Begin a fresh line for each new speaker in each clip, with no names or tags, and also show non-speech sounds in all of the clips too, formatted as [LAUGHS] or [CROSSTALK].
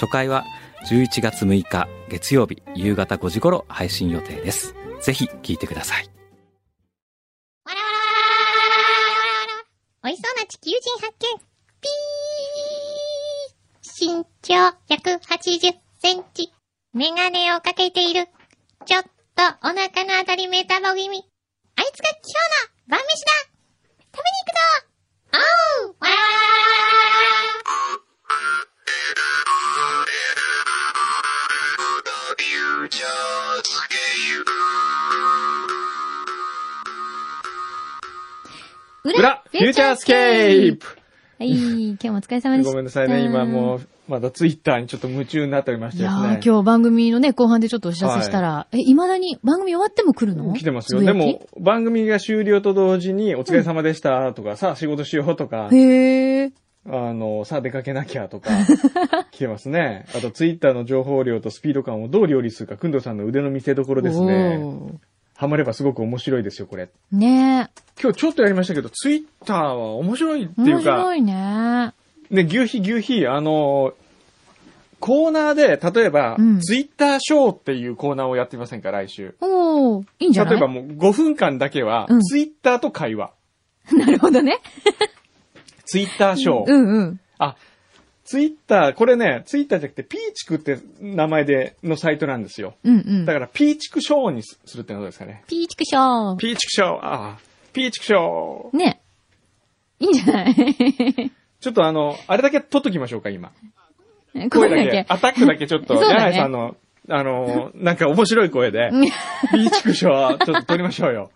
初回は11月6日月曜日夕方5時頃配信予定ですぜひ聞いてください
わらわらわらわらわらわら。美味しそうな地球人発見。ピー身長180センチ。メガネをかけている。ちょっとお腹のあたりメタボ気味。あいつが今日の晩飯だ食べに行くぞおうわらわらわらわらわら
裏、フューチャースケープ
はい、今日もお疲れ様でした。
ごめんなさいね、今もう、まだツイッターにちょっと夢中になっておりまし
い
てで
や
す
ー
ね。
今日番組のね、後半でちょっとお知らせしたら、え、未だに番組終わっても来るの
来てますよ。
つぶ
で
やき
も、番組が終了と同時に、お疲れ様でしたとか、さあ仕事しようとか、
へえ。
あの、さあ出かけなきゃとか、 [LAUGHS] 来てますね。あと、ツイッターの情報量とスピード感をどう料理するか、くんどさんの腕の見せ所ですね。
おー
ハマればすごく面白いですよ、これ。
ねえ。
今日ちょっとやりましたけど、ツイッターは面白いってい
面
うか、
白いね。
ね、牛皮牛皮、あのーコーナーで、例えば、
うん
ツイッターショーっていうコーナーをやってみませんか、来週。
おーいいんじゃない
例えばもう5分間だけは、
うん
ツイッターと会話。
[LAUGHS] なるほどね。
ツイッターショー。
うんうん。
あ、ツイッター、これね、ツイッターじゃなくて、ピーチクって名前で、のサイトなんですよ。
うんうん
だ。から、ピーチクショーにすするってのはどうですかね。
ピーチクショ
ピーチクショー、ああ、ピーチクショー
ー。。ねえ。いいんじゃない
ちょっとあの、あれだけ撮っときましょうか、今。
声
声
だ
だ
け
け、。アタックだけちょっと、
そうだね
柳井さんの、あのー、なんか面白い声で、ピーチクショー、ちょっと撮りましょうよ。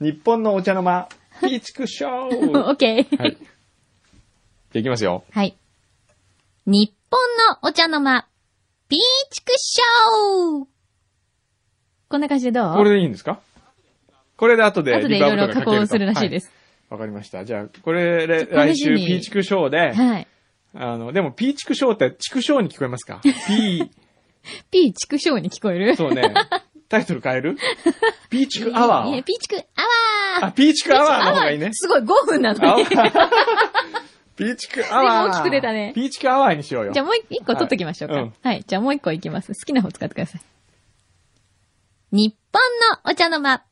日本のお茶の間、ピーチクシ
[LAUGHS]
ョ
オ
ー。
ッケー。
はい。じゃあいきますよ。
はい。
日本のお茶の間、ピーチクショー
こんな感じでどう
これでいいんですかこれで後で
後でい
リバ
ろ
ー
いろ
ブと
加
かかけると
工するらしいで。す。
はわかりました。じゃあ、これで
ちょっと
来
試しに
週ピーチクショーで、
はい。
あの、でもピーチクショーってチクショーに聞こえますかピー、
ピーチクショーに聞こえる
そうね。タイトル変
[LAUGHS]
えるピーチクアワ
いや
ー
ピーチクアワー
あ、ピーチクアワーの方がいいね。
すごい、5分なの [LAUGHS]
あ
に。
ピーチクアワー。
でも大きく出たね
ピーチクアワーにしようよ。
じゃあもう一個取っときましょうか。
は
はいい、
うん
じゃあもう一個いきます。好きな方使ってください。
日本のお茶の間、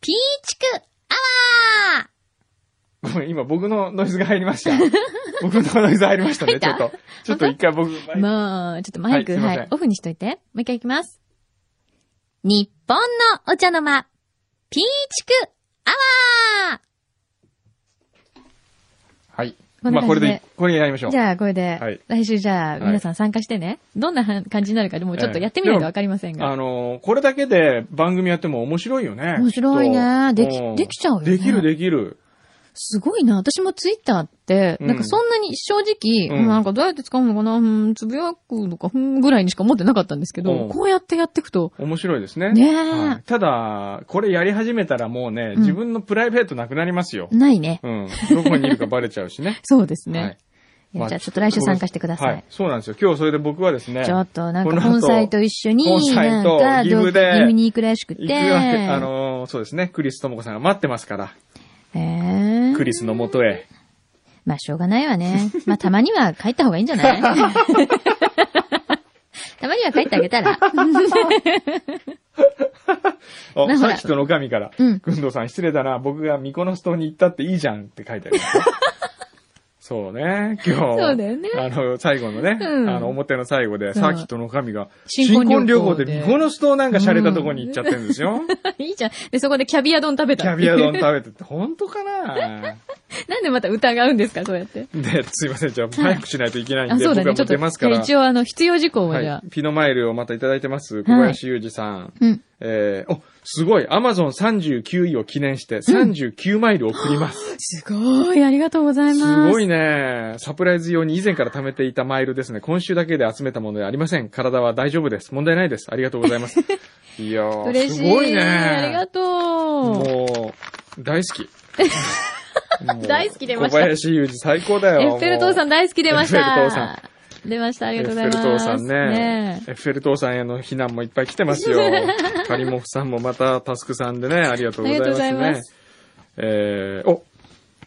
ピーチクアワー
ごめん今僕のノイズが入りま
[LAUGHS]
した。僕のノイズ入りましたね、ち
入
ょっ
った
と。ちょっと一回僕、マイ
もう、ちょっとマイク、
はいすいま
は
せ
い、
ん
オフにしといて。もう一回いきます。
日本のお茶の間、ピーチクアワー
クはい。
こん
ま
な
あこ
感
れ
じで
で、これやりましょう。
じゃあこれで、
はい
来週じゃあ
い
皆さん参加してね。どんなは感じになるかでもちょっとやってみない
ええ
とわかりませんが。
あのーこれだけで番組やっても面白いよね。
面白いね
きっ
でき
とうん
できちゃうよね
できるできる。
すごいな。私もツイッターって、
うん
なんかそんなに正直、
うん
うんなんかどうやって使うのかな、うん、つぶやくのか、うん、ぐらいにしか思ってなかったんですけど、
うん
こうやってやっていくと、
面白いですね。
ねえ
はいただ、これやり始めたらもうね、
うん
自分のプライベートなくなりますよ。
ないね。。
うん。どこにいるかバレちゃうしね
そうです [LAUGHS] ね。
はい
い
ま
や
あ
じゃあちょっと来週参加してくださ。。
はいそうなんですよ。今日それで僕はですね、
ちょっとなん
この
か
後
本サイと一緒に、
本
な
妻
ん
と
か
岐
同
阜で
期岐阜に行くらしくて。
行くわけ、あのーそうですね、クリスともこさんが待ってますから、
えー
クリスのもとへ。
まあしょうがないわ
[LAUGHS]
ね。まあたまには帰った方がいいんじゃないたまには帰ってあげ
[LAUGHS]
たら。
あ、
なほ
さ
ら
っきとの神から、
う
うんん。どさん失礼だな、僕がミコノス島に行ったっていいじゃんって書いてある。
[LAUGHS]
そうね、今日。
そうだよね
あの、最後のね、
うん
あの、表の最後で、
そう
さっきとの神が、
新婚
新婚旅行
旅行
で
で
ミコノス島なんか洒落たとこに行っちゃってるんです [LAUGHS] よ。
いいじゃん。で、そこでキャビア丼食べた。
キャビア丼食べてって、本当かな
[LAUGHS]
[LAUGHS]
なんでまた疑うんですか、そうやって。
で、すいません、じゃあ、早くしないといけないん
あ、
で、
そう
僕
だね。
はもう
ちょっと。
出ますから。
じゃあ一応あの、必要事項は
は
じゃあ
い。ピノマイルをまたいただいてます。小林裕二さん。
うん。
えーお、すごい。アマゾン39位を記念して39マイル送ります。
すごい、ありがとうございます。
すごいね。サプライズ用に以前から貯めていたマイルですね。今週だけで集めたものではありません。体は大丈夫です。問題ないです。ありがとうござ
[LAUGHS]
います。いやー、
嬉しい。
すごいね。
ありがとう。
もう、大好
[LAUGHS]
き。もう
大好き出ました
小林裕二最高だ
エ
よ。
ッフェル塔さん
も
大好き出ました。
エッフェル塔さ
出ました。あ
う
り
エ
が
ッ
と
フ
うご
ェ
ざい
ル
ます。
塔さんね
ね。
エッフェル塔さんへの避難もいっぱい来てます
[LAUGHS]
よ。カリモフさんもまた、タスクさんでね、ありがとうござ
あり
いますね。
がとうございます
えー、お、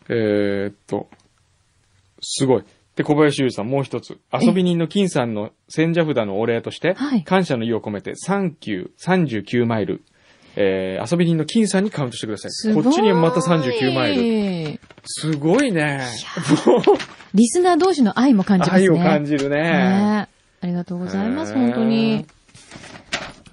えーっと、すごい。で、小林優さん、もう一つ。遊び人の金さんの千社札のお礼として
はい、
感謝の意を込めて、サンキュー、39マイル。えー、遊び人の金さんにカウントしてくださ
す
い。
ごい。
こっちにまた39マイル。
ル。
すごいね。
リスナー同士の愛も感じますね。
愛を感じるね。
ねありがとうございます、
へー
本当に。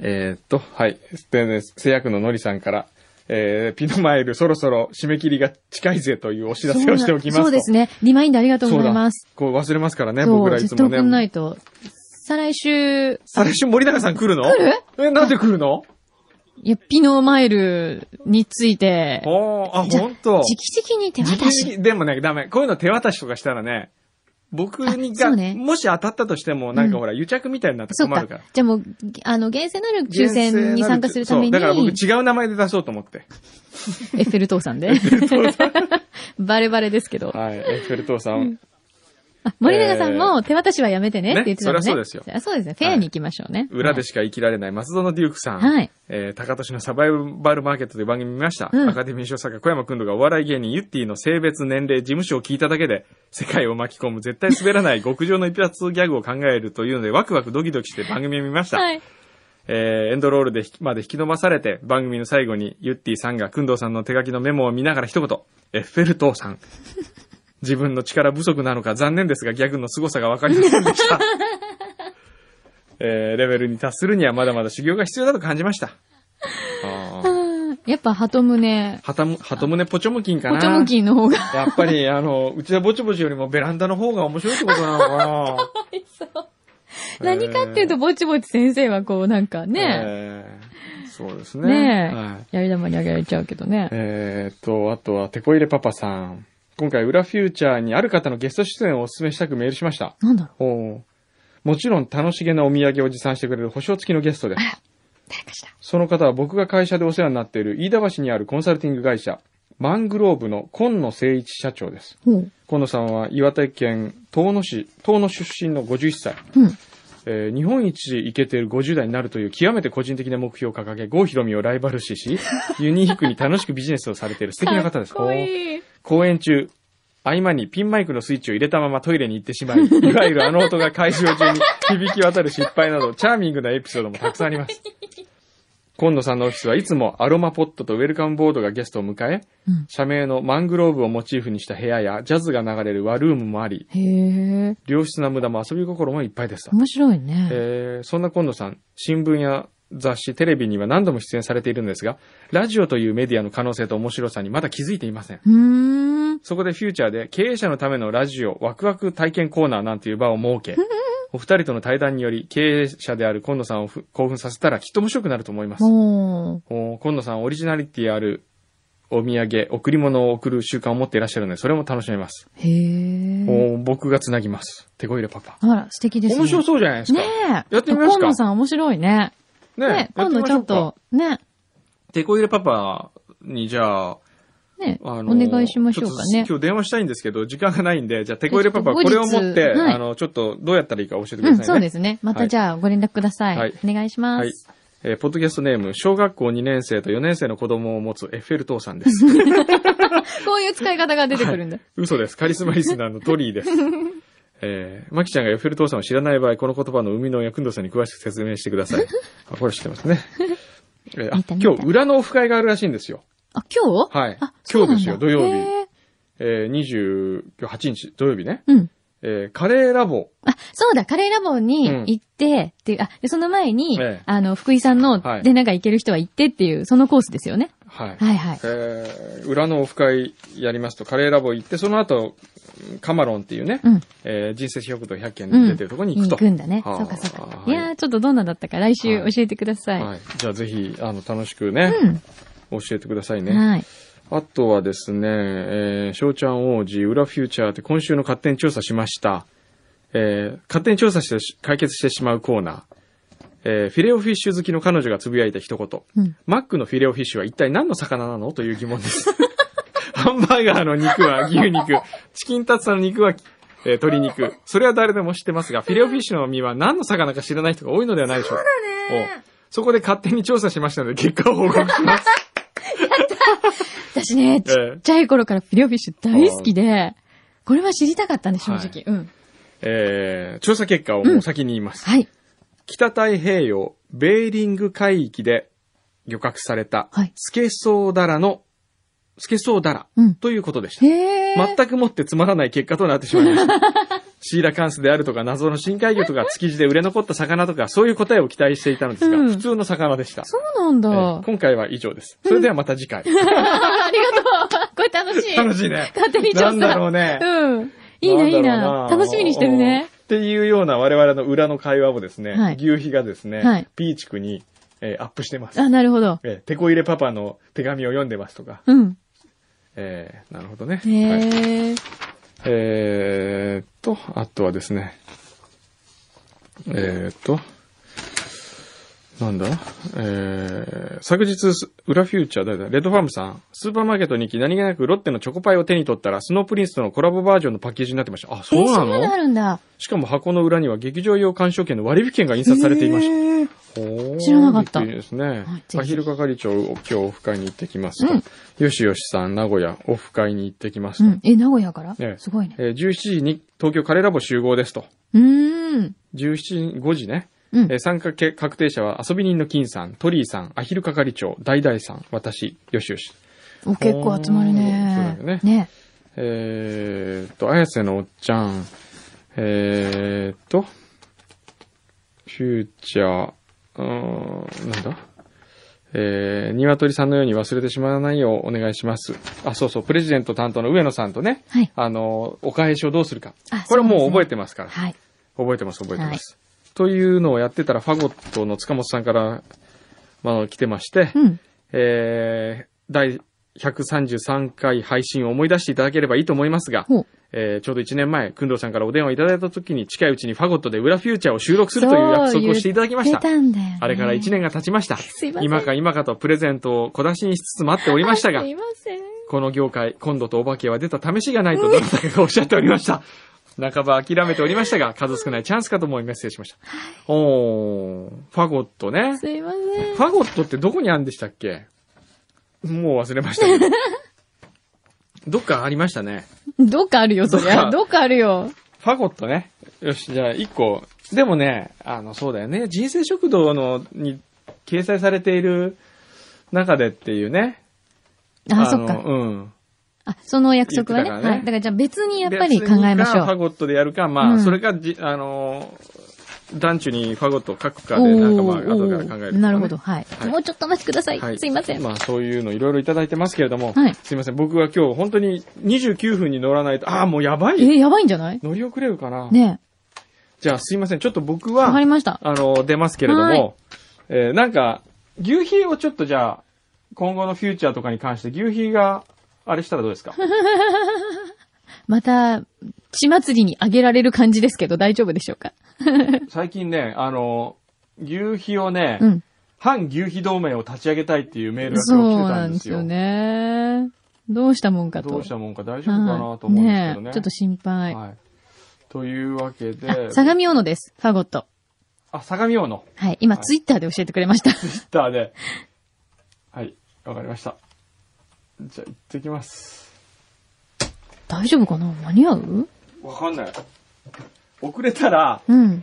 えーっと、はい。でね、製薬ののりさんから、えー、ピノマイルそろそろ締め切りが近いぜというお知らせをしておきますと。
そうですね。リマインダーありがとう
そ
ご
う
ざい
だ
ます。。
こう忘れますからね、
そ
僕
う、
らい
ず
つ
っと
も
送んな
ね。
いと。再来週、
最初森永さん来るのえ、なんで来るの
いや、ピノマイルについて、
おー、あ、
じゃ
ほんと。
直々に手渡
直
し。
々でもね、ダメ。こういうの手渡しとかしたらね、僕に
あそ
が、
うね
もし当たったとしても、なんかほら、癒着みたいになって
そっ
困
か
るから。。
じゃあもう、あの、厳正なる抽選に参加するために、
そうだから僕
エ
違う名前で出そうと思って。
ッフェル塔さんで。バレバレですけど。
はい。エッフェル塔さん。
あ森永さんも手渡しはやめてねって言ってたのね。
ねそりゃそうですよ
そりゃそうですね。フェアに行きましょうね。
裏でしか生きられない松戸のデュークさん。
はい
えー、高年のサバイバルマーケットという番組見ました。
うん
アカデミー賞作家小山くんどがお笑い芸人ユッティの性別、年齢、事務所を聞いただけで、世界を巻き込む絶対滑らない極上の一発ギャグを考えるというので、ワクワクドキドキして番組を見ました。
はい。
えーエンドロールで引きまで引き伸ばされて、番組の最後にユッティさんが工藤さんの手書きのメモを見ながら一言、エッフェル塔さん。自分の力不足なのか残念ですが、ギャグの凄さがわかりませんでした。 [LAUGHS] えーレベルに達するにはまだまだ修行が必要だと感じました。あー
うんやっぱ、鳩胸、
はたむ、はとむねぽちょむきんかな。
ポチョムキンの方が。
やっぱり、あの、うちはぼちぼちよりもベランダの方が面白いってことなのか [LAUGHS] な。
何かっていうと、ぼちぼち先生はこう、なんかね、
えーそうですね。
ね
はい
え、やり玉にあげられちゃうけどね。
えーっと、あとは、テコ入れパパさん。今回、裏フューチャーにある方のゲスト出演をお勧めしたくメールしました。
なんだろう
おーもちろん、楽しげなお土産を持参してくれる保証付きのゲストです。
誰かしら。
その方は僕が会社でお世話になっている、飯田橋にあるコンサルティング会社、マングローブの今野誠一社長です。
ほう。
今野さんは岩手県遠野市、遠野出身の51歳。
うん
えー日本一イケている50代になるという極めて個人的な目標を掲げ、郷ひろみをライバル
[LAUGHS]
視し、ユニークに楽しくビジネスをされている素敵な方です。
かっこいい。
公演中、合間にピンマイクのスイッチを入れたままトイレに行って
[LAUGHS]
しまい、いわゆるあの音が会場中に [LAUGHS] 響き渡る失敗など、チャーミングなエピソードもたくさんあります。今野さんのオフィスはいつもアロマポットとウェルカムボードがゲストを迎え、
うん
社名のマングローブをモチーフにした部屋やジャズが流れるワルームもあり、
へえ、
良質な無駄も遊び心もいっぱいですと。
面白いね。
えーそんな今野さん、新聞や雑誌、テレビには何度も出演されているんですが、ラジオというメディアの可能性と面白さにまだ気づいていません。
うーん。
そこでフューチャーで経営者のためのラジオワクワク体験コーナーなんていう場を設け、お二人との対談により経営者である今野さんをふ興奮させたらきっと面白くなると思います。
も
お今野さんオリジナリティあるお土産、贈り物を贈る習慣を持っていらっしゃるので、それも楽しめます。
う、へえ。
お僕がつなぎます。手こ入れパパ。
あら、素敵ですね。
面白そうじゃないですか。
ねえ。
やってみますか
今野さん面白いね。
ねえ
ねえ、今度ちょっ。
やみまし
と、ね
うか手こ入れパパにじゃあ、
え、ねえ、
あ
お
の
願いしましょうかね
ち。ょっと今日電話したいんですけど、時間がないんで、じゃあテコ入れパパ
ちょっ
こと
後日
れを持って、
はい
あの、ちょっとどうやったらいいか教えてく
う
ださ
ん、
いね。
そうですね。またじゃあご連絡くださ
はい
お
い。
願いしま
はい
す。。
えーポッドキャストネーム、小学校2年生と4年生の子供を持つエッフェル塔さ
[LAUGHS]
んです。
こういう使い方が出てくるんだ。
嘘です。カリスマリスナーのトリー
[LAUGHS]
です。えー、マキちゃんがエッフェル塔さんを知らない場合、この言葉の生みの親、くんどさんに詳しく説明してく
[LAUGHS]
ださい。あ、これ知ってますね。えーあ
見た見た
今日、裏のオフ会があるらしいんですよ。
あ、今日
はい
あ、
今日
そうなんだ
ですよ土曜日
へえ
えー、28日、土曜日ね。
うん。
えー、カレーラボ。
あ、そうだ、カレーラボに
うん
行って、っていう、あ、で、その前に
ええ、
あの、福井さんの
はい、
で、なんか行ける人は行ってっていう、そのコースですよね。
はい。
はいはい。
えー、裏のオフ会やりますと、カレーラボ行って、その後、カマロンっていうね、
うん
えー人生食堂100件で出てるところに行くと。
行くんだね。
はあ
そうかそうか。
はい
いやー、ちょっとどんなだったか来週
はい
教えてください。
はい。じゃあぜひ、あの、楽しくね、教えてください
うん。
ね。
はい。
あとはですね、えー、翔ちゃん王子、裏フューチャーって今週の勝手に調査しました。えー、勝手に調査してし解決してしまうコーナー。えー、フィレオフィッシュ好きの彼女がつぶやいた一言。
うん
マックのフィレオフィッシュは一体何の魚なのという疑問です。 [LAUGHS] ハンバーガーの肉は牛肉、チキンタツタの肉は、えー鶏肉。それは誰でも知ってますが、フィレオフィッシュの身は何の魚か知らない人が多いのではないでしょうか。そうそこで勝手に調査しましたので、結果を報告します。
私ね、ち
ええ
っちゃい頃からフィレオフィッシュ大好きで、これは知りたかったね、正直。うん。
えー、調査結果をもう先に言います。
はい。
北太平洋ベーリング海域で漁獲された
はい
スケソウダラの、スケソウダラ
うん
ということでした。
へー。
全くもってつまらない結果となってしまいま
[LAUGHS]
した。シーラカンスであるとか謎の深海魚とか築地で売れ残った魚とかそういう答えを期待していたのですが、
うん
普通の魚でした。
そうなんだ。
え
あ
ー今回は以上です。それではまた次回。
ありがとう。 [LAUGHS] これ楽しい。
楽しいね。
勝手に調査。
なんだろうね。
うん。いいな、いい
んだ
な。
ろう
楽しみにしてる
うん
ね。
っていうような我々の裏の会話をですね、
はい
牛皮がですね、
はい
ピーチクに、えーアップしてます。
あ、なるほど。
えー、テコ入れパパの手紙を読んでますとか、
うん。
えー、なるほどね。
へ
はい、
ー。
えーっと、あとはですね、えーっと、なんだえー、昨日、す裏フューチャー誰だレッドファームさん、スーパーマーケットに行き何気なくロッテのチョコパイを手に取ったら、スノープリンスとのコラボバージョンのパッケージになってました。あ、そうな
えー
の
そんなのあるんだ。
しかも箱の裏には劇場用鑑賞券の割引券が印刷されていました。ほー
知らなかった
びっくりですね
いぜ。ひ
アヒル係長、今日オフ会に行ってきますと。よしよしさん、名古屋、オフ会に行ってきます
う
と。
ん。え、名古屋から
ええ
すごいね。
えー17時に東京カレーラボ集合ですと。
うーん。
17時、5時ね。
うん
えー参加け確定者は遊び人の金さん、トリーさん、アヒル係長、大々さん、私、よしよし。
お結構集まる
そうだよね
ね。ね。
えーっと、綾瀬のおっちゃん、えーっと、フューチャー、うーん、なんだえー、鶏さんのように忘れてしまわないようお願いします。あ、そうそう、プレジデント担当の上野さんとね、
はい
あの、お返しをどうするか
あ。
こ
そ
れ
うです
もう
ね
覚えてますから。
はい。
覚えてます、覚えてます。というのをやってたら、ファゴットの塚本さんから、まあ、来てまして、
うん。
えー、第133回配信を思い出していただければいいと思いますが、
ほう。
えーちょうど1年前、くんどうさんからお電話いただいた時に近いうちにファゴットで裏フューチャーを収録するという約束をしていただきまし
出
た。
たんだよね。
あれから1年が経ちました。
すいません
今か今かとプレゼントを小出しにしつつ待っておりましたが
す、いません。
この業界、今度とお化けは出た試しがないとどなたかがおっしゃっておりま
[LAUGHS]
した。半ば諦めておりましたが、数少ないチャンスかと思いメッセージしました。おー、ファゴットね。
すいません。
ファゴットってどこにあるんでしたっけもう忘れまし
[LAUGHS]
たけど。どっかありましたね。
どっかあるよ、そりゃ。
ど
どっかあるよ。
ファゴットね。よし、じゃあ一個。でもね、あの、そうだよね。人生食堂の、に掲載されている中でっていうね。
あ、そ
の
っか。
うん。
あ、その約束はね。
言ってたから
は
ね
い。だからじゃあ別にやっぱり考えまし
別に
ょ
かファ
う。
ゴットでやるか、まあ、
うん
それかじ、あのー、団中にファゴットを書くかで、なんかまあ、
おー
後から考えるとかね、
おーなるほど。はい
はい。
もうちょっとお待ちくださ。
はい
すいません。
まあ、そういうのいろいろいただいてますけれども、
はい
すいません。僕は今日本当に29分に乗らないと、ああ、もうやば
え
い。
ー、やばいんじゃない
乗り遅れるかな。
ね
じゃあ、すいません。ちょっと僕
え。わ
は
かり、ました。
あの、出ますけれど
は
も
い、
えーなんか、牛皮をちょっとじゃあ、今後のフューチャーとかに関して、牛皮が、あれしたらど
[LAUGHS]
うですか
また、血祭りにあげられる感じですけど大丈夫でしょうか
最近ね、あの、牛皮をね、
うん。
反牛皮同盟を立ち上げたいっていうメールが
そ
今日来て
う
た
なんん
で
ですす
よ。
よね。どうしたもんかと。
どうしたもんか大
う
丈夫かなと思うんですけどね。
ちょっと心配。
はい。というわけで
あ、、相模大野です。ファゴット。
あ、相模大野。
はい。今、
い
ツイッターで教えてくれま
[LAUGHS]
した。
ツイッターで。はい、わかりました。じゃあ行ってきます。
大丈夫かな間に合う
わかんない。遅れたら、
うん。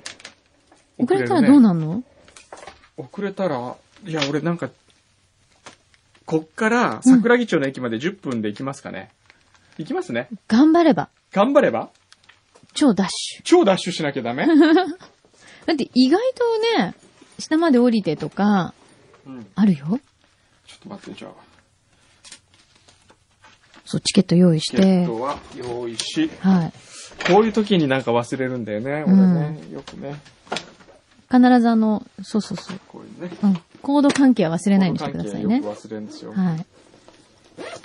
遅
遅れ
れ
るね
たらどうなんの
遅れたら、いや、俺なんか、こっから桜木町の駅まで10分で行きますかね。行きますね。
頑張れば。
頑張れば
超ダッシュ。
超ダッシュしなきゃダメ。
だって意外とね、下まで降りてとか、
うん
あるよ。
ちょっと待って、じゃあ。
そう、チケット用意し
チケッ
て、
トは用意し、
はい。
こういう時になんか忘れるんだよね、俺ね。よくね、
必ずあの、そうそうそう。
こういうね。
うん。コード関係は忘れないようにして
関
くだ
係
さい
よく
ね。
忘れるんですよ。
はい。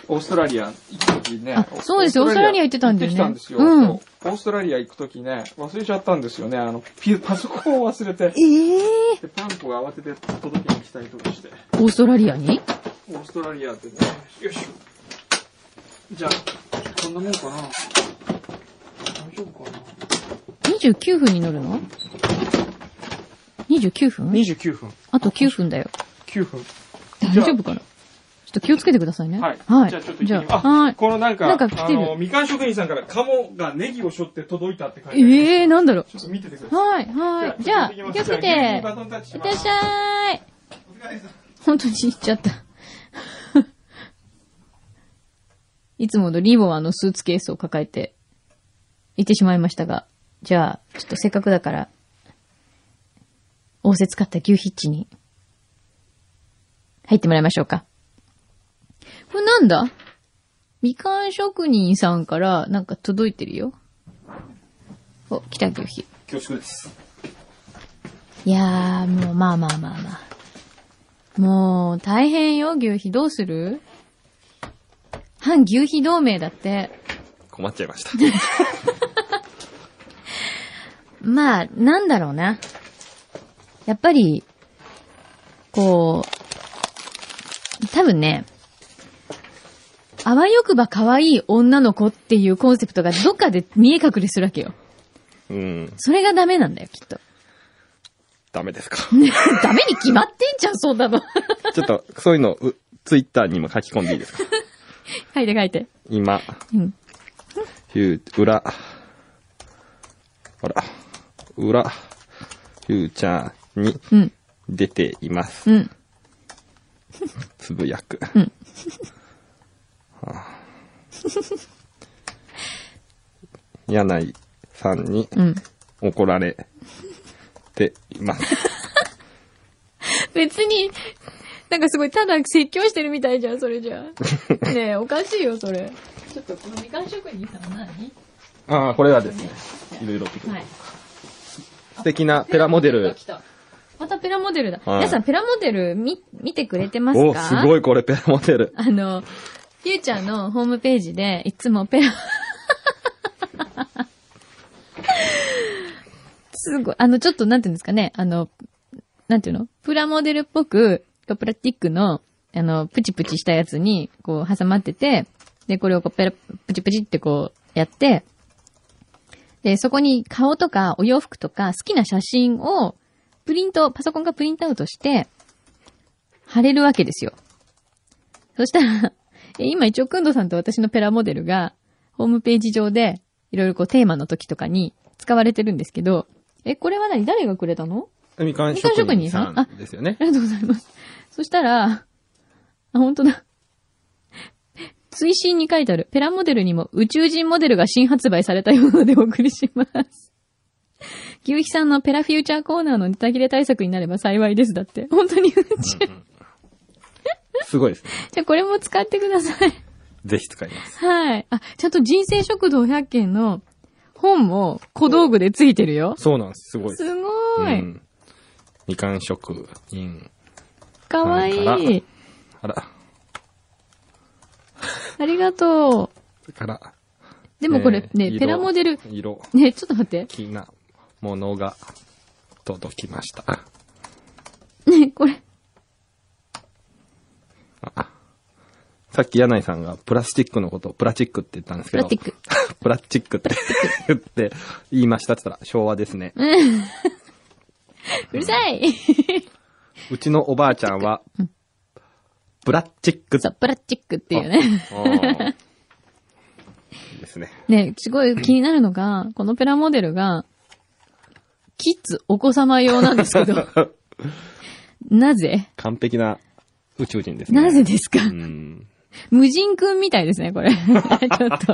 オーストラリア行く時ね
あ。そうですよオーストラリア行ってたんだよね
行ってきたんですよ。
うん
そうオーストラリア行く時ね、忘れちゃったんですよね。あの、ピパソコンを忘れて。
ええ
で、パン粉が慌てて届けに来たりとかして。
ー、オーストラリアに
オーストラリアってね。よいしょ。じゃあ、こんなもんかな。大丈夫かな。
?29 分に乗るの ?29 分
29分。
あと9分だよ。
9分。
大丈夫かなちょっと気をつけてくださいね。
はい。
はい。
じゃあちょっと行ってみよう
じゃあは
あ
い、。
このなんか、
なんか来てる
あの、みかん職人さんから、カモがネギを背負って届いたって書いてある。
ええー、なんだろ
ちょっと見ててくだ
う。
さい。
はい、はい。じゃあ、
ちょっと行ってきます
気をつけて。
じゃあ牛乳
い
バトンタッチし
っ
ま
て
す
らっしゃい。本当に行っちゃった。 [LAUGHS] いつものリボンはあのスーツケースを抱えて行ってしまいましたが、じゃあ、ちょっとせっかくだから、仰せつかった牛ヒッチに入ってもらいましょうか。これなんだみかん職人さんからなんか届いてるよ。お、来た牛皮。
恐縮です。
いやー、もう、まあまあまあまあ。もう、大変よ、牛皮。どうする反牛皮同盟だって。
困っちゃいました。
[LAUGHS] まあ、なんだろうな。やっぱり、こう、多分ね、あわよくば可愛い女の子っていうコンセプトがどっかで見え隠れするわけよ。
うん。
それがダメなんだよ、きっと。
ダメですか。 [LAUGHS]
[LAUGHS] ダメに決まってんじゃん、そんな [LAUGHS] の。
ちょっと、そういうの、うツイッターにも書き込んでいいですか。
書いて書いて。
今、
うん。
ゆう、裏。あら、裏、ゆうちゃんに
うん。
出ています。
うん。
つぶやく。
うん
はあ柳井さんに
うん。
怒られています。
別に、なんかすごい、ただ説教してるみたいじゃん、それ [LAUGHS] じゃ。ねえ、おかしいよ、それ。ちょっと、このみかん職人さんは
ああ、これはですね、いろいろと
何はい。
素敵なペラモデル
来。た。またペラモデルだ。
はい
皆さん、ペラモデル見、見てくれてますか
お、すご
い。
いこれペラモデル。
あの、フューチャーのホームページで、いつもペラ、すごい。あの、ちょっと、なんていうんですかね。あの、なんていうのプラモデルっぽく、こうプラスチックの、あの、プチプチしたやつに、こう、挟まってて、で、これをこう、ペラ、プチプチってこう、やって、で、そこに顔とかお洋服とか好きな写真を、プリント、パソコンがプリントアウトして、貼れるわけですよ。そしたら、え今一応、くんどさんと私のペラモデルが、ホームページ上で、いろいろこう、テーマの時とかに使われてるんですけど、え、これは何誰がくれたの
みかん職人さんですよね
あ。りがとうございます。そしたら、あ、本当だ。推進に書いてある、ペラモデルにも宇宙人モデルが新発売されたようなのでお送りします。牛肥さんのペラフューチャーコーナーのネタ切れ対策になれば幸いです。だって。本当に宇宙。
すごいですね。
じゃあこれも使ってください。
ぜひ使います。
はい。あ、ちゃんと人生食堂100件の本も小道具でついてるよ。
そうなんです。すごいです。
すご
う
い。
んみかん職人。
かわい
あら
い。
あら、
ありがとう。
から。
でもこれ
えー
ね、
色
ペラモデル、
色、
ね、ちょっと待って。
きなものが届きました。
ね、これ。
あさっき柳井さんがプラスチックのことをプラチックって言ったんですけど。
プラティック。
[LAUGHS] プラチックって
[LAUGHS]
言って言いましたって言ったら昭和ですね。
うるさい
うちのおばあちゃんは、プラチック
そう、プラスチックっていうね。
あーいいですね。
ね、すごい気になるのが、このペラモデルが、キッズお子様用なんですけど。なぜ
完璧な宇宙人ですね。
なぜですか、
うん。
無人くんみたいですね、
[LAUGHS]
これ。ちょっと。
ち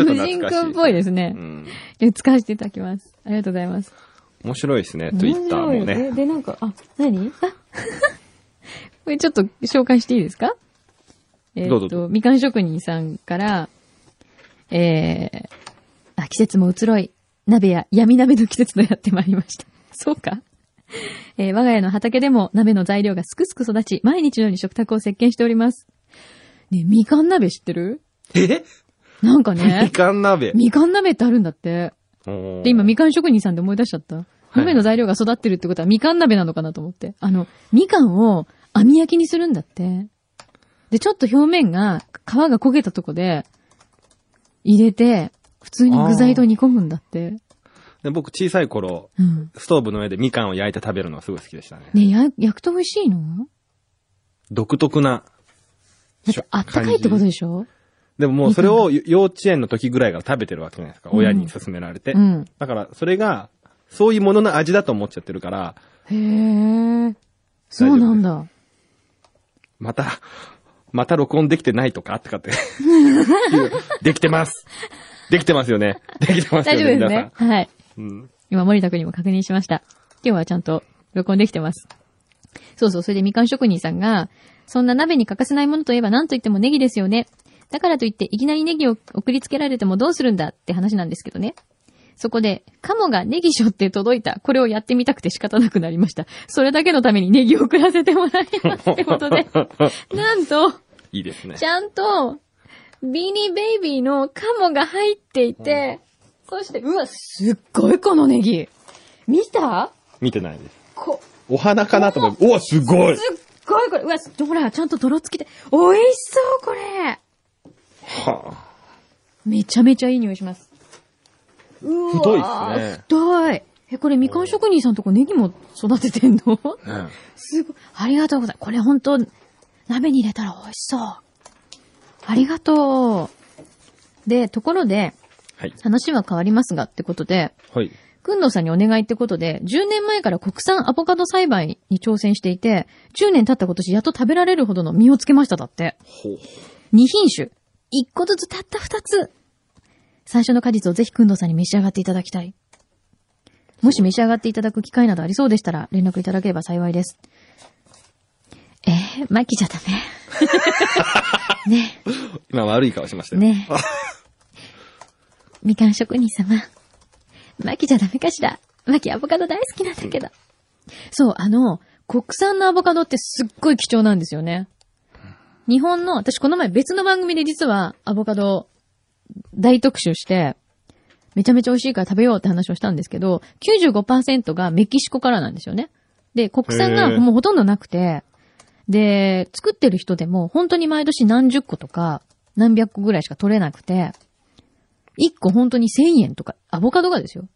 ょっと
無
懐かしい。
人くんっぽいですね
う。ん。
え使わせていただきます。ありがとうございます。
面白いですね、 [LAUGHS] ツイッターも
面白い
ね
え。で、 [LAUGHS] なんか、あ、何あこれちょっと紹介していいですかえ
どう
ー
ぞ
っ
ど
と、みかん職人さんから、えー、あ、季節も移ろい、鍋や闇鍋の季節とやってまいりました。 [LAUGHS] そうかえー我が家の畑でも鍋の材料がすくすく育ち、毎日のように食卓を席巻しております。ねえみかん鍋知ってる
え
なんか
[LAUGHS] み
ね、
かん鍋。
みかん鍋ってあるんだって。
で
で、今、みかん職人さんで思い出しちゃった。鍋の材料が育ってるってことは、みかん鍋なのかなと思って。あの、みかんを網焼きにするんだって。で、ちょっと表面が、皮が焦げたとこで、入れて、普通に具材と煮込むんだって。
で僕小さい頃、
うん。
ストーブの上でみかんを焼いて食べるのがすごい好きでしたね。
ねや、焼くと美味しいの
独特な。
だってあったかいってことでしょ
でももうそれをよ幼稚園の時ぐらいから食べてるわけじゃないですか。
うん
親に勧められて。
うん。
だからそれが、そういうものの味だと思っちゃってるから、
へえ。そうなんだ。
また、また録音できてないとかとかって。 [LAUGHS] いうできてます。できてますよね。できてますよ
大
ね。
丈夫です
皆さ
ね
ん。。
はい。
うん。
今、森田くんにも確認しました。今日はちゃんと録音できてます。そうそう、それでみかん職人さんが、そんな鍋に欠かせないものといえば何と言ってもネギですよね。だからといっていきなりネギを送りつけられてもどうするんだって話なんですけどね。そこで、カモがネギしょって届いた。これをやってみたくて仕方なくなりました。それだけのためにネギを送らせてもらいますってこと
[LAUGHS]
で、なんと、
いいですね
ち。ゃんと、ビーニーベイビーのカモが入っていて、そして、うわ、すっごいこのネギ。見た
見てないです。
こ、
お花かなと思って、おおすごい
すっごいこれ、うわ、ほら、ちゃんと泥つきて、美味しそう、これ。
はあ
めちゃめちゃいい匂いします。う
太いっ
わ
すね
太い。え、これ、みかん職人さんとこネギも育ててんの [LAUGHS]
うん
すごい。ありがとうございます。これ本当鍋に入れたら美味しそう。ありがとう。で、ところで、
はい。
話は変わりますがってことで、
はい。
くんどうさんにお願いってことで、10年前から国産アボカド栽培に挑戦していて、10年経った今年やっと食べられるほどの実をつけましただって。
ほう。
2品種。1個ずつたった2つ。最初の果実をぜひくんどうさんに召し上がっていただきたい。もし召し上がっていただく機会などありそうでしたら、連絡いただければ幸いです。えー、マキじゃダ
[LAUGHS]
メ。ねえ。
今悪い顔しましたよ。
ね [LAUGHS] え。みかん職人様。マキじゃダメかしら。マキアボカド大好きなんだけど。そう、あの、国産のアボカドってすっごい貴重なんですよね。日本の、私この前別の番組で実はアボカドを大特集して、めちゃめちゃ美味しいから食べようって話をしたんですけど、95%がメキシコからなんですよね。で、国産
へ
が
ー
もうほとんどなくて、で、作ってる人でも本当に毎年何十個とか何百個ぐらいしか取れなくて、1個本当に1000円とか、アボカドがですよ。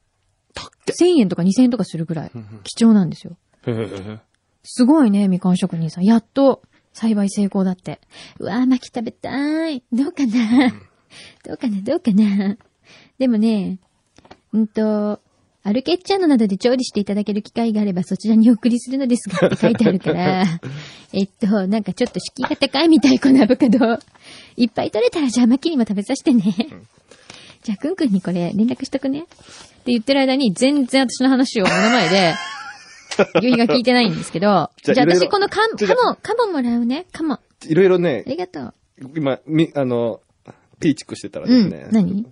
1000円とか2000円とかするぐらい貴重なんですよ。
へえ
すごいね、みかん職人さん。やっと栽培成功だって。うわー、巻き食べたい。どうかなどうかなどうかなでもね、うんと、アルケッチャーノなどで調理していただける機会があればそちらにお送りするのですがって書いてある
[LAUGHS]
から、えっと、なんかちょっと敷居が高いみたい、このアボカド。いっぱい取れたらじゃあマキにも食べさせてね。じゃあ、くんくんにこれ連絡しとくね。って言ってる間に全然私の話を目の前
[LAUGHS]
で、ゆいが聞いてないんですけど、
じ
じ
ゃ
ゃ
あ
あ
いろい
私
ろ
このカモ、
じゃあ
カモ、カモもらうね。カモ。あ
[LAUGHS] いろいろね、
りがとう。
今、み、あの、ピーチクしてたら
う
です
ん
ね。。
何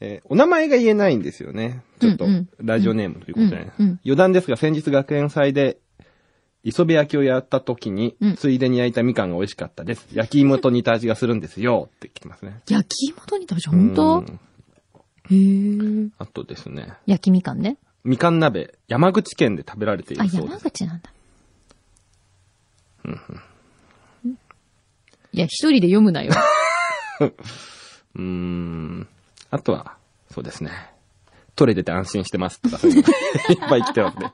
えーお名前が言えないんですよね。ちょっと
うんうん、
ラジオネームということで、ね
うんうん
余談ですが、先日学園祭で、磯辺焼きをやった時に、
うん
ついでに焼いたみかんが美味しかったです。焼き芋と似た味がするんですよ、って来てますね。
焼き芋と似た味、本
う
当
ん
へー
あとですね、
焼きみかんね。
みかん鍋、山口県で食べられてい
あ、
るそうで
山
す。
口なんだ。いや、一人で読む
[LAUGHS]
なよ。
うーん。あとは、そうですね。取れてて安心してますとか、そういうの [LAUGHS] いっぱい来てますね。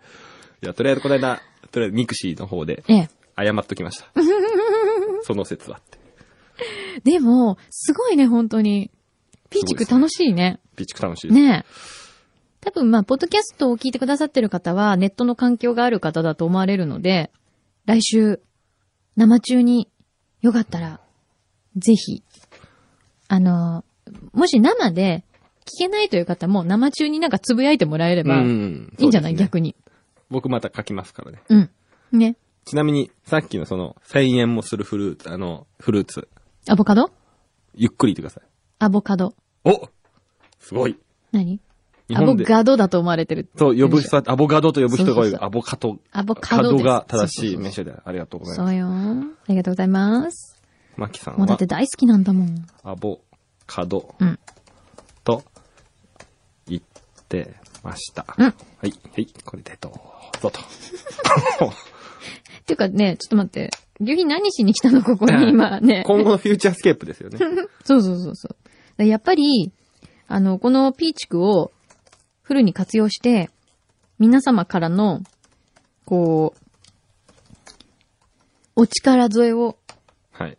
いや、とりあえずこの間、とりあえずミクシーの方で、
ええ。
謝っときました。その説はって。
でも、すごいね、本当に。ピーチク
すごいですね
楽しいね。
ピーチク楽しいです。
ねえ。多分まあ、ポッドキャストを聞いてくださってる方は、ネットの環境がある方だと思われるので、来週、生中に、よかったら、ぜひ、あの、もし生で聞けないという方も、生中になんかつぶやいてもらえれば、い
ん
いんじゃない、
そうですね
逆に。
僕また書きますからね。
うん。ね。
ちなみに、さっきのその、1000円もするフルーツ、あの、フルーツ、
アボカド
ゆっくり言ってください。
アボカド。
おすごい。
何
日
アボ
本で、
ガドだと思われてる。
そう、呼ぶ人は、アボガドと呼ぶ人が多
そうそう
い。
そう
アボカド。
アボカドです
が正しい
そうそうそう
名称でありがとうござい
そ
ます。
うよ。ありがとうございます。
マキさん
もうだ
は
って、大好きなんだもん。
アボカド
うん。
と言ってました。
うん
はい、はい、これでど
[LAUGHS]
うぞと。
ていうかね、ちょっと待って。牛皮何しに来たのここ
[LAUGHS]
に今ね。
今後のフューチャースケープですよね。
そうそうそうそう。でやっぱり、あの、このピーチクをフルに活用して、皆様からの、こう、お力添えを、
はい。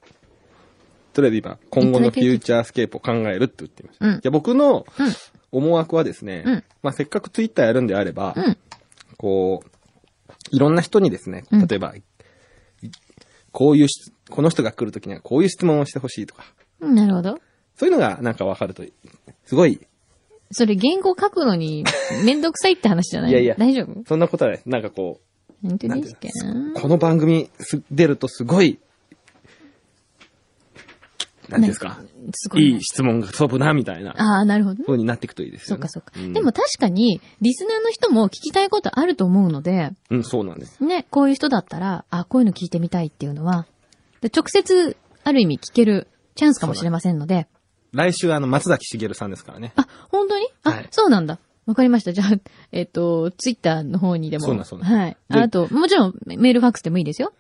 とりあえず今、今後のフューチャースケープを考えるって言っていました。
うん
じゃあ僕の
うん
思惑はですね、
うん
まあせっかくツイッターやるんであれば、
うん
こう、いろんな人にですね、
うん
例えば、こういうし、この人が来るときにはこういう質問をしてほしいとか、
うんなるほど。
そういうのがなんかわかるといい、すごい、
それ言語書くの
[LAUGHS]
にめんどくさいって話じゃない
いやいや
大丈夫
そんなことはないなんかこう、
本当
なん
で
てい
す
う
か
のこの番組す出るとすごい、なんていうんですか、
すごい
い。
ない
質問が飛ぶな、みたいな、
ああ、なるほどね。
そうになっていくといいです
そ
よ
う
ね。
かそうか。
ん
でも、確かに、リスナーの人も聞きたいことあると思うので、
うん、そうなんです。
ね、こういう人だったら、あ、こういうの聞いてみたいっていうのは、で直接、ある意味聞けるチャンスかもしれませんので、
来週、あの、松崎しげるさんですからね。
あ、本当にあ、
はい
そうなんだ。わかりました。じゃあ、えっ、と、ツイッターの方にでも。
そうなんそうなん
はい。
で
あと、もちろん、メメールファックスでもいいですよ。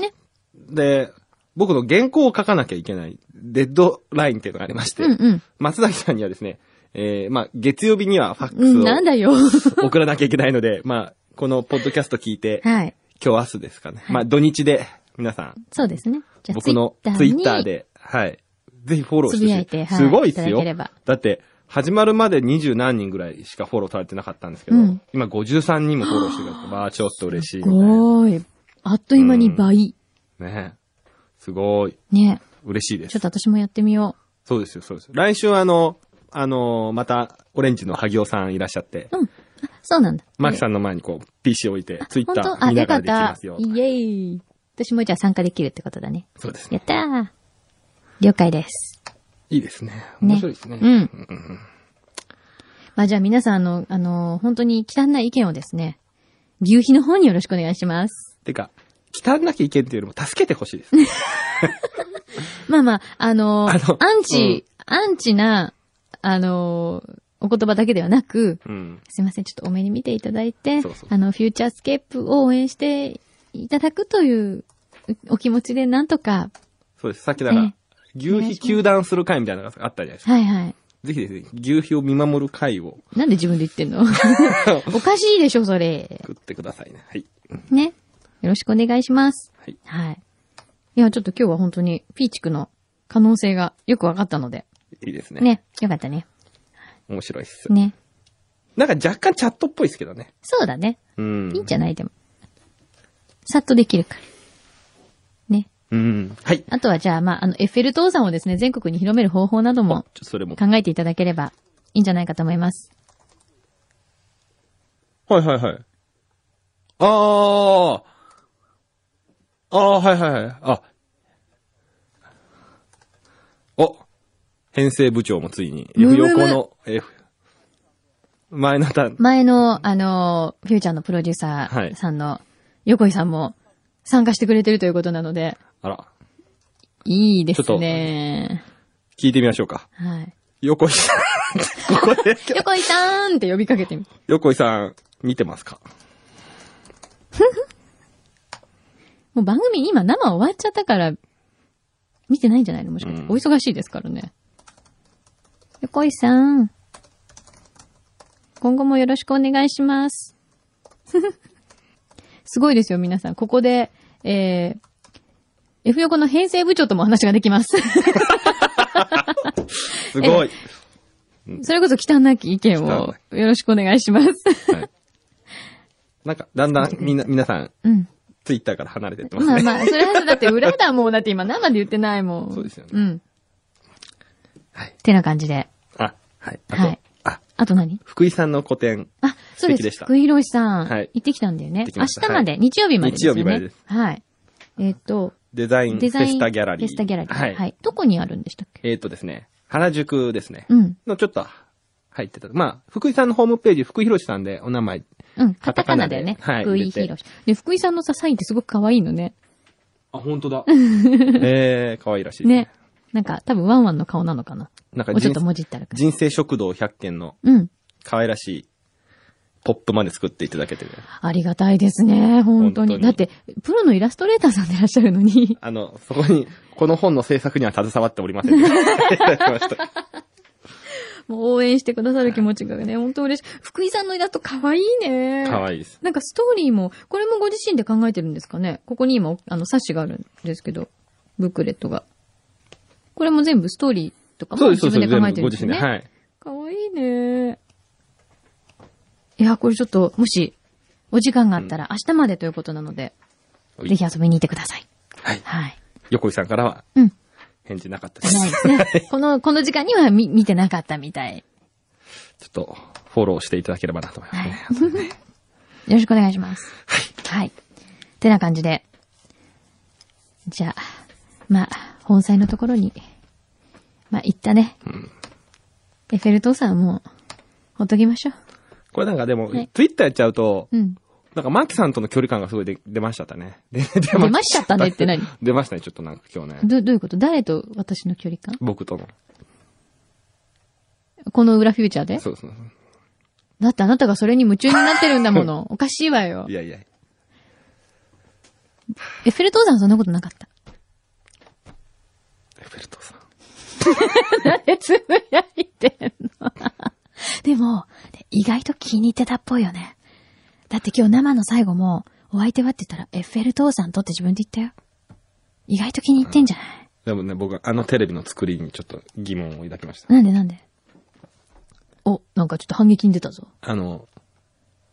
ね。
[LAUGHS] で、僕の原稿を書かなきゃいけない、デッドラインっていうのがありまして、
うんうん
松崎さんにはですね、えー、まあ、月曜日にはファッ
うん。なん
ク
だよ。
スを [LAUGHS] 送らなきゃいけないので、まあ、このポッドキャスト聞いて、
はい。
今日明日ですかね。まあ、土日で、皆さん、
そうですね。じゃあ、
僕のツイッター。で、はい。ぜひフォローしてほし
つぶやいてはい
すごいです
いただ
よ
ければ。
だって、始まるまで二十何人ぐらいしかフォローされてなかったんですけど、
うん
今53人もフォローしてくれて、まあちょっと嬉しい
す
みたいな。
ごい。あっという間に倍。
ねえすごい。
ね。
嬉しいで
ちょ
す
っ。と私もやってみよ
そうですよ、そうですよ。来週はあの、あの、また、オレンジの萩尾さんいらっしゃって、
う。そうなんだ。
マキさんの前にこう、PC 置いて、ツイッタ
本当
ー
あ、
見な
よ
が
からっ
できま
た。
す
イエ
よ。
ーイ。私もじゃあ参加できるってことだね。
そうです
や
ね。
ったー。了解です。
いいですね。面白いですね。
うん。まあじゃあ皆さん、あの、あの、本当に忌憚ない意見をですね、牛皮の方によろしくお願いします。
てか、汚なきゃいけんっていうよりも助けてほしいです。
まあまあ、あの、
あの
アンチ、アンチな、あの、お言葉だけではなく、
うん。
すいません、ちょっとお目に見ていただいて、
そうそう
あの、フューチャースケープを応援していただくというお気持ちでなんとか、
そうです。さっきだから
え、
牛皮球団する会みたいなのがあったじゃないですか。
はいはい。
ぜひですね、牛皮を見守る会を
なんで自分で言ってん
[LAUGHS]
のおかしいでしょ、それ。
作ってくださいね。はい。
ね。よろしくお願いします。
はい。
はい。いや、ちょっと今日は本当に、ピーチクの可能性がよくわかったので。
いいですね。
ね。よかったね。
面白いっす。
ね。
なんか若干チャットっぽいですけどね。
そうだね。
うん。
いいんじゃないでも。さっとできるから。ね。
うん。はい。
あとはじゃあ、まあ、あの、エッフェル塔山をですね、全国に広める方法など
あ
も
ちょっとそれも。
考えていただければいいんじゃないかと思います。
はいはいはい。ああ。ああー、はいはいはい。あ。お。編成部長もついに、
むむ
F
む
横の、F、前のた、
前の、あの、フューチャーのプロデューサーさんの、横井さんも参加してくれてるということなので、
あら、
いいですね。
聞いてみましょうか。
はい。
横井さん。 [LAUGHS] ここで、
横井さんって呼びかけてみて。
横井さん、見てますか
もう番組今生終わっちゃったから、見てないんじゃないのもしかして。
うん
お忙しいですからね。横井さん。今後もよろしくお願いします。 [LAUGHS] すごいですよ、皆さん。ここで、えー、F 横の編成部長ともお話ができます。
すごい。
それこそ汚なき意見をよろしくお願いします。
はいなんか、だんだん、みんな、皆さん、
うん。
ツイッターから離れてってます
まあ
ね。
まあ、それはだって裏だもん、だって今生で言ってないもん。
そうですよね
うん。
はい
ってな感じで。
あ、はい。あと
はい。
あ、
あと何
福井さんの個展。
あ、そうです。
素敵でした
福井博さん、
はい
行ってきたんだよね
行っ。てき
明
ました
日まで、日曜日までですよね。
日曜日までです
はい。えっ、と、
デザインフ
デザイ
ェ
ン。
スタギャラリー。
フェスタギャラリー。は。
はいい。
どこにあるんでしたっけ
えっ、とですね、原宿ですね。
うん。
のちょっと入ってた。まあ、福井さんのホームページ、福井博さんでお名前。
うん。カ
カ
タ
タ
カ
カ
ナ
ナ
だよ
で
ね。
はい
福井
入れて
博で、福井さんのさ、サインってすごく可愛いのね。
あ、本
[LAUGHS]
当だ。えー、可愛らしいですね。
ね。なんか、多分ワンワンの顔なのかな。
なんか
もうちょ
人
っと文字ったらか。
人生食堂100件の
うん。
可愛らしいポップまで作っていただけてる。
ありがたいですね。本当に。
本当に。
だって、プロのイラストレーターさんでいらっしゃるのに [LAUGHS]
あの、そこに、この本の制作には携わっておりません
[LAUGHS]
で [LAUGHS] した。いただきました
もう応援してくださる気持ちがね、本当嬉しい。福井さんのイラスト可愛いね。
可愛いです。
なんかストーリーも、これもご自身で考えてるんですかねここに今、あの、冊子があるんですけど、ブックレットが。これも全部ストーリーとかも自分で考えて
全部ご
るんですよ
自身
ね。
で。はい。
かわいいね。いや、これちょっと、もし、お時間があったら、明日までということなので、
はい
ぜひ遊びに行ってください。
はい。
はい。
横井さんからは
うん。
返事なかったです。
ないですね。この、この時間には見、見てなかったみたい。
ちょっと、フォローしていただければなと思いますね。
よろしくお願いします。はい。はい。てな感じで。じゃあ、まあ、本祭のところに、まあ、行ったね。エッフェル塔さんはもう、ほっときましょう。
これなんかでも
はい、
ツイッターやっちゃうと
う、ん。
なんかマキさんとの距離感がすごいで出ましちゃったね。で出
[LAUGHS] 出ましちゃったねって何
[LAUGHS] 出ましたね、ちょっとなんか今日ね。
ど、どういうこと誰と私の距離感
僕との。
この裏フューチャーで
そうそうそう。
だってあなたがそれに夢中になってるんだも
[LAUGHS]
の。おかしいわよ
い。やいや。
エッフェル塔さんはそんなことなかった。
エッフェルトさん。
え、つぶやいてんの。でも、意外と気に入ってたっぽいよね。だって今日生の最後も、お相手はって言ったら、エッフェル塔さんとって自分で言ったよ。意外と気に入ってんじゃない
でもね、僕はあのテレビの作りにちょっと疑問を抱きました。
なんでなんでお、なんかちょっと反撃に出たぞ。
あの、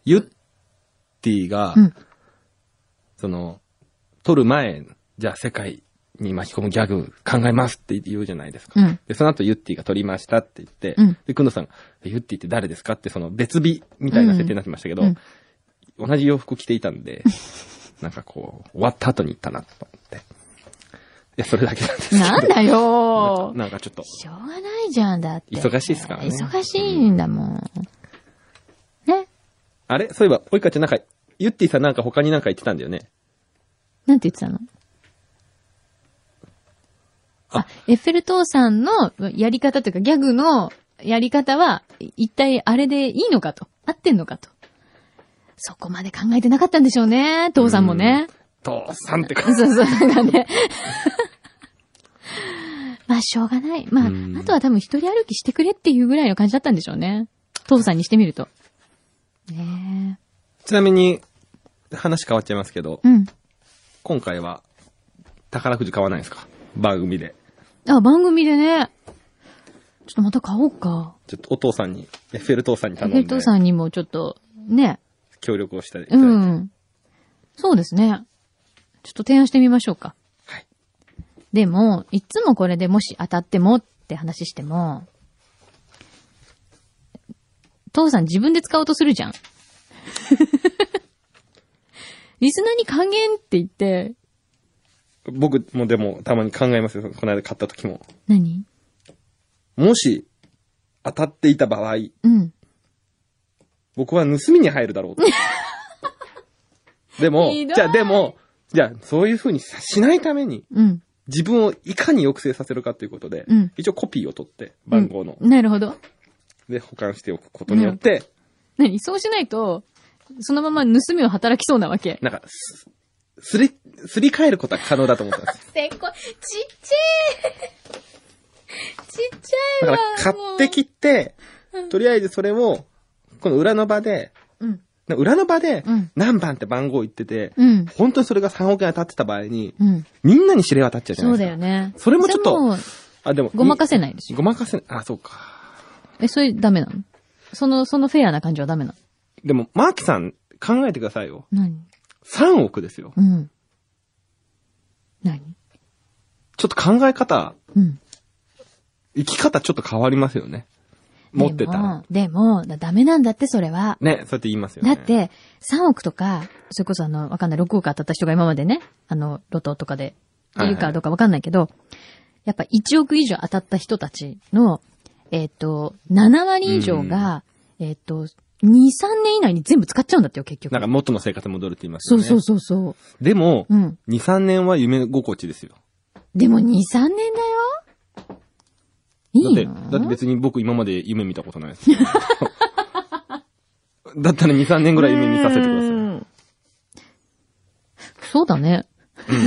ユッティが、
うん
その、撮る前、じゃあ世界に巻き込むギャグ考えますって言うじゃないですか。
うん
で、その後ユッティが撮りましたって言って、
うん
で、くんどさんが、ユッティって誰ですかってその別日みたいな設定になってましたけど、
うん
同じ洋服着ていたんで、なんかこう、終わった後に行ったなと思って。いや、それだけなんですけど。
なんだよー
なんかちょっと、
しょうがないじゃん、だって。
忙しいっすからね
忙しいんだもん。ね
あれそういえば、おいかちゃんなんか、ユッティさんなんか他になんか言ってたんだよね。
なんて言ってたのあエッフェル塔さんのやり方というかギャグのやり方は、い一体あれでいいのかと。合ってんのかと。そこまで考えてなかったんでしょうね、父さんもね。
父さんって
そ
感
う
じ。
そう、なんか [LAUGHS] ね。まあ、しょうがない。まあ
うん、
あとは多分一人歩きしてくれっていうぐらいの感じだったんでしょうね。父さんにしてみると。ね
ちなみに、話変わっちゃいますけど
え。、うん。
今回は、宝くじ買わないんですか番組で。
あ、番組でね。ちょっとまた買おうか。
ちょっとお父さんに、エッフェル父さんに頼
ペ
ん
ッ
で
ト、さんにもちょっと、ね。
協力をしていただ
う
いて。
ん。そうですね。ちょっと提案してみましょうか。
はい。
でも、いつもこれでもし当たってもって話しても、父さん自分で使おうとする
[LAUGHS]
じゃん。リスナーに還元って言って、
僕もでも、たまに考えますよ。この間買った時も。
何
もし、当たっていた場合、
うん。
僕は盗みに入るだ
[LAUGHS]
ろうと。でも
ひど、い
じゃあでも、じゃあそういう風にさしないために、
うん。
自分をいかに抑制させるかということで、
うん
一応コピーを取って、番号の、
うんなるほど。
で、保管しておくことによって、
何そうしないと、そのまま盗みを働きそうなわけ。
なんか、す、すり、すり替えることは可能だと思ったんですよ。
せっこい、ちっちゃいちっちゃい
だ
わ
から、買ってきて、とりあえずそれを、この裏の場で、
うん。
な裏の場で
うん、
何番って番号言ってて、
うん。
本当にそれが3億円当たってた場合に、
うん。
みんなに知れ渡っちゃうじゃ
そ
な
う
い
だ
ですか。
よね。
それもちょっと
それも
あ、でも。
ごまかせないでしょ
ごまかせない。あ、そうか。
え、それダメなのその、そのフェアな感じはダメなの
でも、マーキさん、考えてくださいよ。
何
3億ですよ。
うん。何
ちょっと考え方、
うん。
生き方ちょっと変わりますよね。持ってたら。
でも、でも、だダメなんだって、それは。
ね、そうやって言いますよ
だ
ね。
って、3億とか、それこそあの、わかんない、6億当たった人が今までね、あの、ロトとかで、いるかどうかわかんないけど、やっぱ1億以上当たった人たちの、えっ、と、7割以上が、えっ、と、2、3年以内に全部使っちゃうんだってよ、結局。
なんか元の生活に戻るって言います
そ
よ
う
ね。
そうそうそう。
でも、
うん。
2、3年は夢心地ですよ。
でも2、3年だよいい
だって、だって
の
別に僕今まで夢見たことないです。 [LAUGHS] だったら2、3年ぐらい夢見させてください。うん
い。そうだね。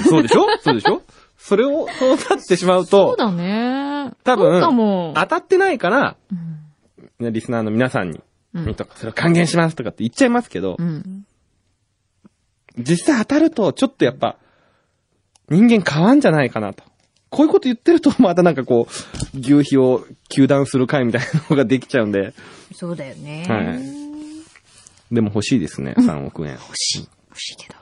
そうでしょそうでしょそれを、そうなってしまう
そう
と、
だね。
多
そうか
分、
も。
当たってないから、
うん
ねリスナーの皆さんに、
うん
とか、それを還元しますとかって言っちゃいますけど、
うん。
実際当たると、ちょっとやっぱ、人間変わんじゃないかなと。こういうこと言ってると、またなんかこう、牛皮を球団する会みたいなのができちゃうんで、
そうだよね。
はいでも欲しいですね、3億円。
欲しい。欲しいけど。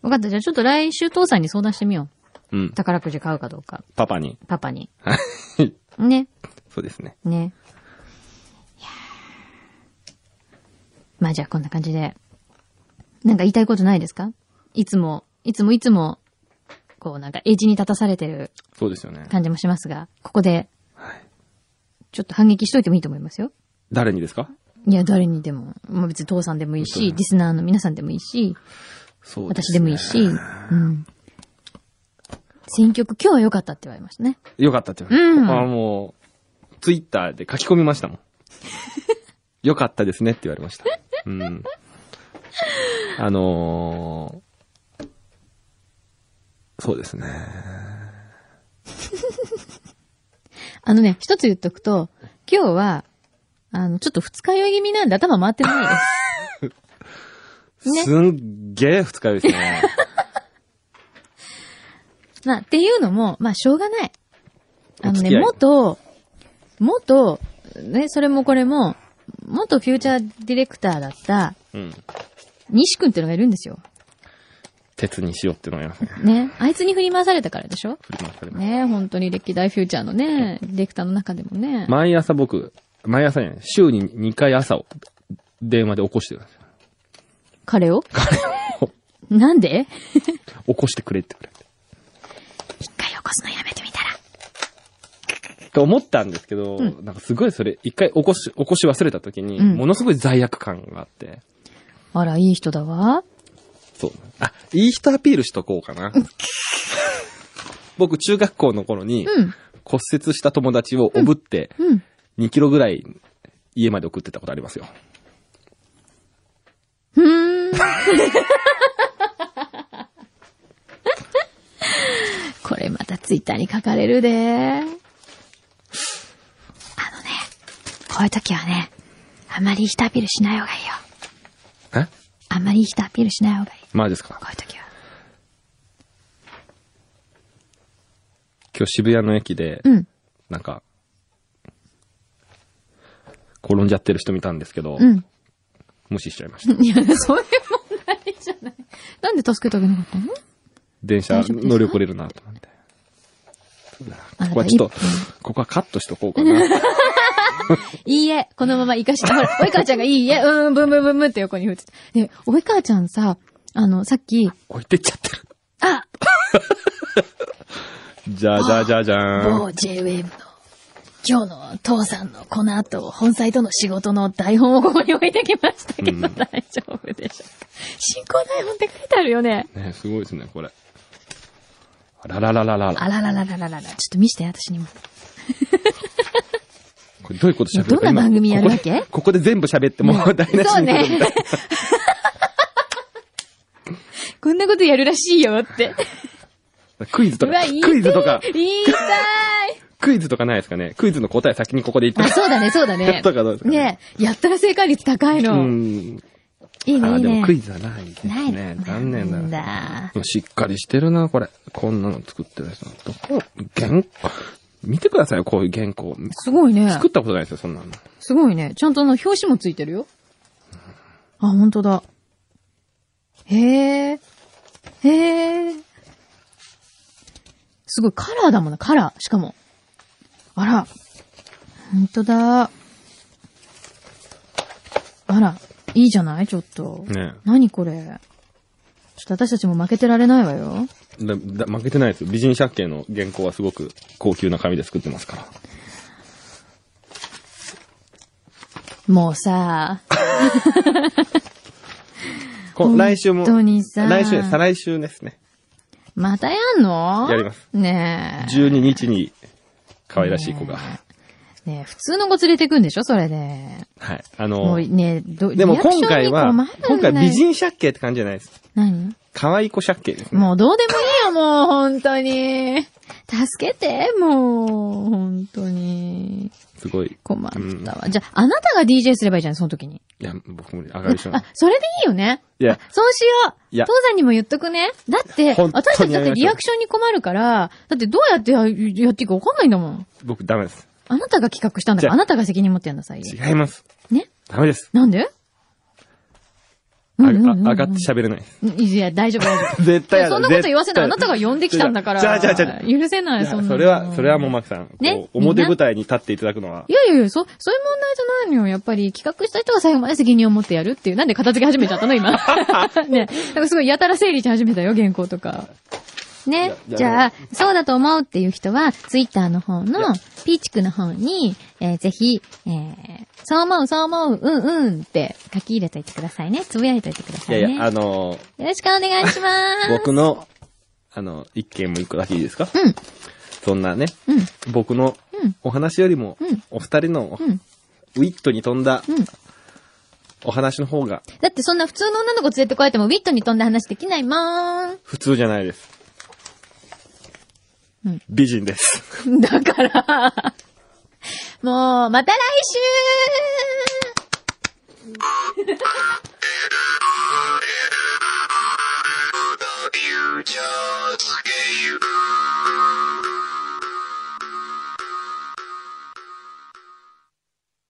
分かった。じゃあちょっと来週父さんに相談してみよ
う
う。
ん。
宝くじ買うかどうか。
パパに。
パパに。
はい。
ね。
そうですね。
ね。いやーまあじゃあこんな感じで。なんか言いたいことないですかいつも、いつもいつも、こうなんかエッジに立たされてる
そうですよね。
感じもしますが、ここで、
はい。
ちょっと反撃しといてもいいと思いますよ。
誰にですか
いや、誰にでも。まあ別に父さんでもいいし、リスナーの皆さんでもいいし、
そう
私でもいいし、うん。選曲、今日は良かったって言われましたね。
よかったって言われ
うん
た。あもう、ツイッターで書き込みました
[LAUGHS]
もん。よかったですねって言われました。うん。あのー、そうですね。
あのね、一つ言っとくと、今日は、あの、ちょっと二日酔い気味なんで頭回ってないです。ね
すんげえ二日酔いですね。
まあ、っていうのも、まあ、しょうがない。あの
お付
ね、
き合い
元、元、ね、それもこれも、元フューチャーディレクターだった、
うん。
西くんっていうのがいるんですよ。
鉄にしようってのがいますね。
ね。あいつに振り回されたからでしょ
振り回されます
ね本当に歴代フューチャーのね、ディレクターの中でもね。
毎朝僕、毎朝ね、週に2回朝を電話で起こしてるんですよ。
彼をなんで
起こしてくれってくれって。
一回起こすのやめてみたら。
と思ったんですけど、なんかすごいそれ、一回起こし、起こし忘れた時に、
うん
ものすごい罪悪感があって、
あら、いい人だわ。
そう。あ、いい人アピールしとこうかな。僕、中学校の頃に、
うん。
骨折した友達をおぶって、
うん。
2キロぐらい家まで送ってたことありますよ。
ふーん。これまたツイッターに書かれるで。あのね、こういう時はね、あんまりいい人アピールしない方がいいよ。
え
あんまりいい人アピールしない方がいい。
マジですか
こういう時は。
今日渋谷の駅で、
うん。
なんか、転んじゃってる人見たんですけど、
うん。
無視しちゃいました。
いや、そういう問題じゃない。なんで助けてあげなかったの
電車
大丈夫ですか
乗り遅れるなと思って。
あ
ここはちょっと
だから、
ここはカットしとこうか
[LAUGHS]
な。
いいえ、このまま生かして、ほ [LAUGHS] ら、及川ちゃんがいいえ、うん、ブンブンブンブンって横に振ってた。で、及川ちゃんさ、あの、さっき、
置いてっちゃってる。
あ
[LAUGHS] じゃあじゃあじゃあじゃーん。
某 JWAVE の、今日の父さんのこの後、本サイトの仕事の台本をここに置いてきましたけど、
うん
大丈夫でしょうか。進行台本って書いてあるよね。
ねすごいですね、これ。あらららららら。
あららららららら、ちょっと見して、私にも。
これどういうこと喋る
どんな番組やるわけ
今ここでここで全部喋ってもう台無し
そう
になる
ね
んだ。。
こんなことやるらしいよって。
[LAUGHS] クイズ
う
とか
わ、、言いたい
クイズとか、
言いたい
クイズとかないですかね。クイズの答え先にここで言っ
あ、
て。
そうだね、そうだね
と。かどうですか
ねえ、やったら正解率高いうの。
ん。
いいね、
あ
い
ー、
い
でもクイ
ね。
ズはないです
ない
ね。残念だ
なん
な。
だ。
でもしっかりしてるな、これ。こんなの作ってる人。どこ、原稿、見てくださいよ、こういう原稿。
すごいね
作。ったことないですよ、そんなの。
すごいね。ちゃんとあの、表紙もついてるよ。あ、本当だ。へえ。へえ。すごい、カラーだもんな、カラー。しかも。あら。本当だ。あら、いいじゃないちょっと。
ね
何これ。ちょっと私たちも負けてられないわよ。
だだ負けてないですよ。美人借景の原稿はすごく高級な紙で作ってますから。
もうさ、
こ
本
来週も。
当にさ
来週です。再来週ですね。
またやんの
やります。
ねえ。
12日に、可愛らしい子が。
ねえ、普通の子連れてくんでしょそれで。
はい。あの、
もうね、ど、
でも
リアクショ
今
ンに
回は、
困るんだよ
今回美。人借景って感じじゃないです。
何
可愛い子借景ですね。
もうどうでもいいよ、もう、本当に。助けて、もう、本当に。
すごい。
困ったわ。じゃあ、あなたが DJ すればいいじゃん、その時に。
いや、僕も上がりそう
[LAUGHS]
な
あ、それでいいよね。
いや
あそうしよう。
いや
父さんにも言っとくね。だって、
本当に
私たちだっ
や
て
めましょう
リアクションに困るから、だってどうやってややっていいかわかんないんだもん。
僕ダメです。
あなたが企画したんだから、
じゃあ
あなたが責任持ってやんなさいよ。
違います。
ね
ダメです。
なんで
あ
うん
あ
う
上
んうんうん
がって喋れない
[LAUGHS]
です。
いや、大丈夫、大丈夫。
絶対やだ
そんなこと言わせない。あな
絶
た
対
が呼んできたんだから。
じゃあじゃあじゃあ
許せない、
い
そんな
や
の
それは、それはもうマキさん、こう
ね
表
みんな、
舞台に立っていただくのはい
やいやいや、そ、そういう問題じゃないのよ。やっぱり企画した人が最後まで責任を持ってやるっていう。なんで片付け始めちゃったの
[LAUGHS]
今。ね。なんかすごいやたら整理し始めたよ、原稿とか。ね。
や
じゃあ、そうだと思うっていう人は、ツイッターの方の、ピーチクの方に、えーぜひ、えーそう思う、そう思う、うんうんって書き入れといてくださいね。つぶやいといてくだ
い
さい
や
ね。
いや、あのー、
よろしくお願いします。
僕の、あの、一件も一個だけいいですか
うん
そんなね、
うん
僕の
うん
お話よりも、
うん
お二人の
うん
ウィットに飛んだ
うん
お話の方が
だってそんな普通の女の子連れてこられてもウィットに飛んだ話できないもん。
普通じゃないです。
うん
美人です。
だから、もう、また来週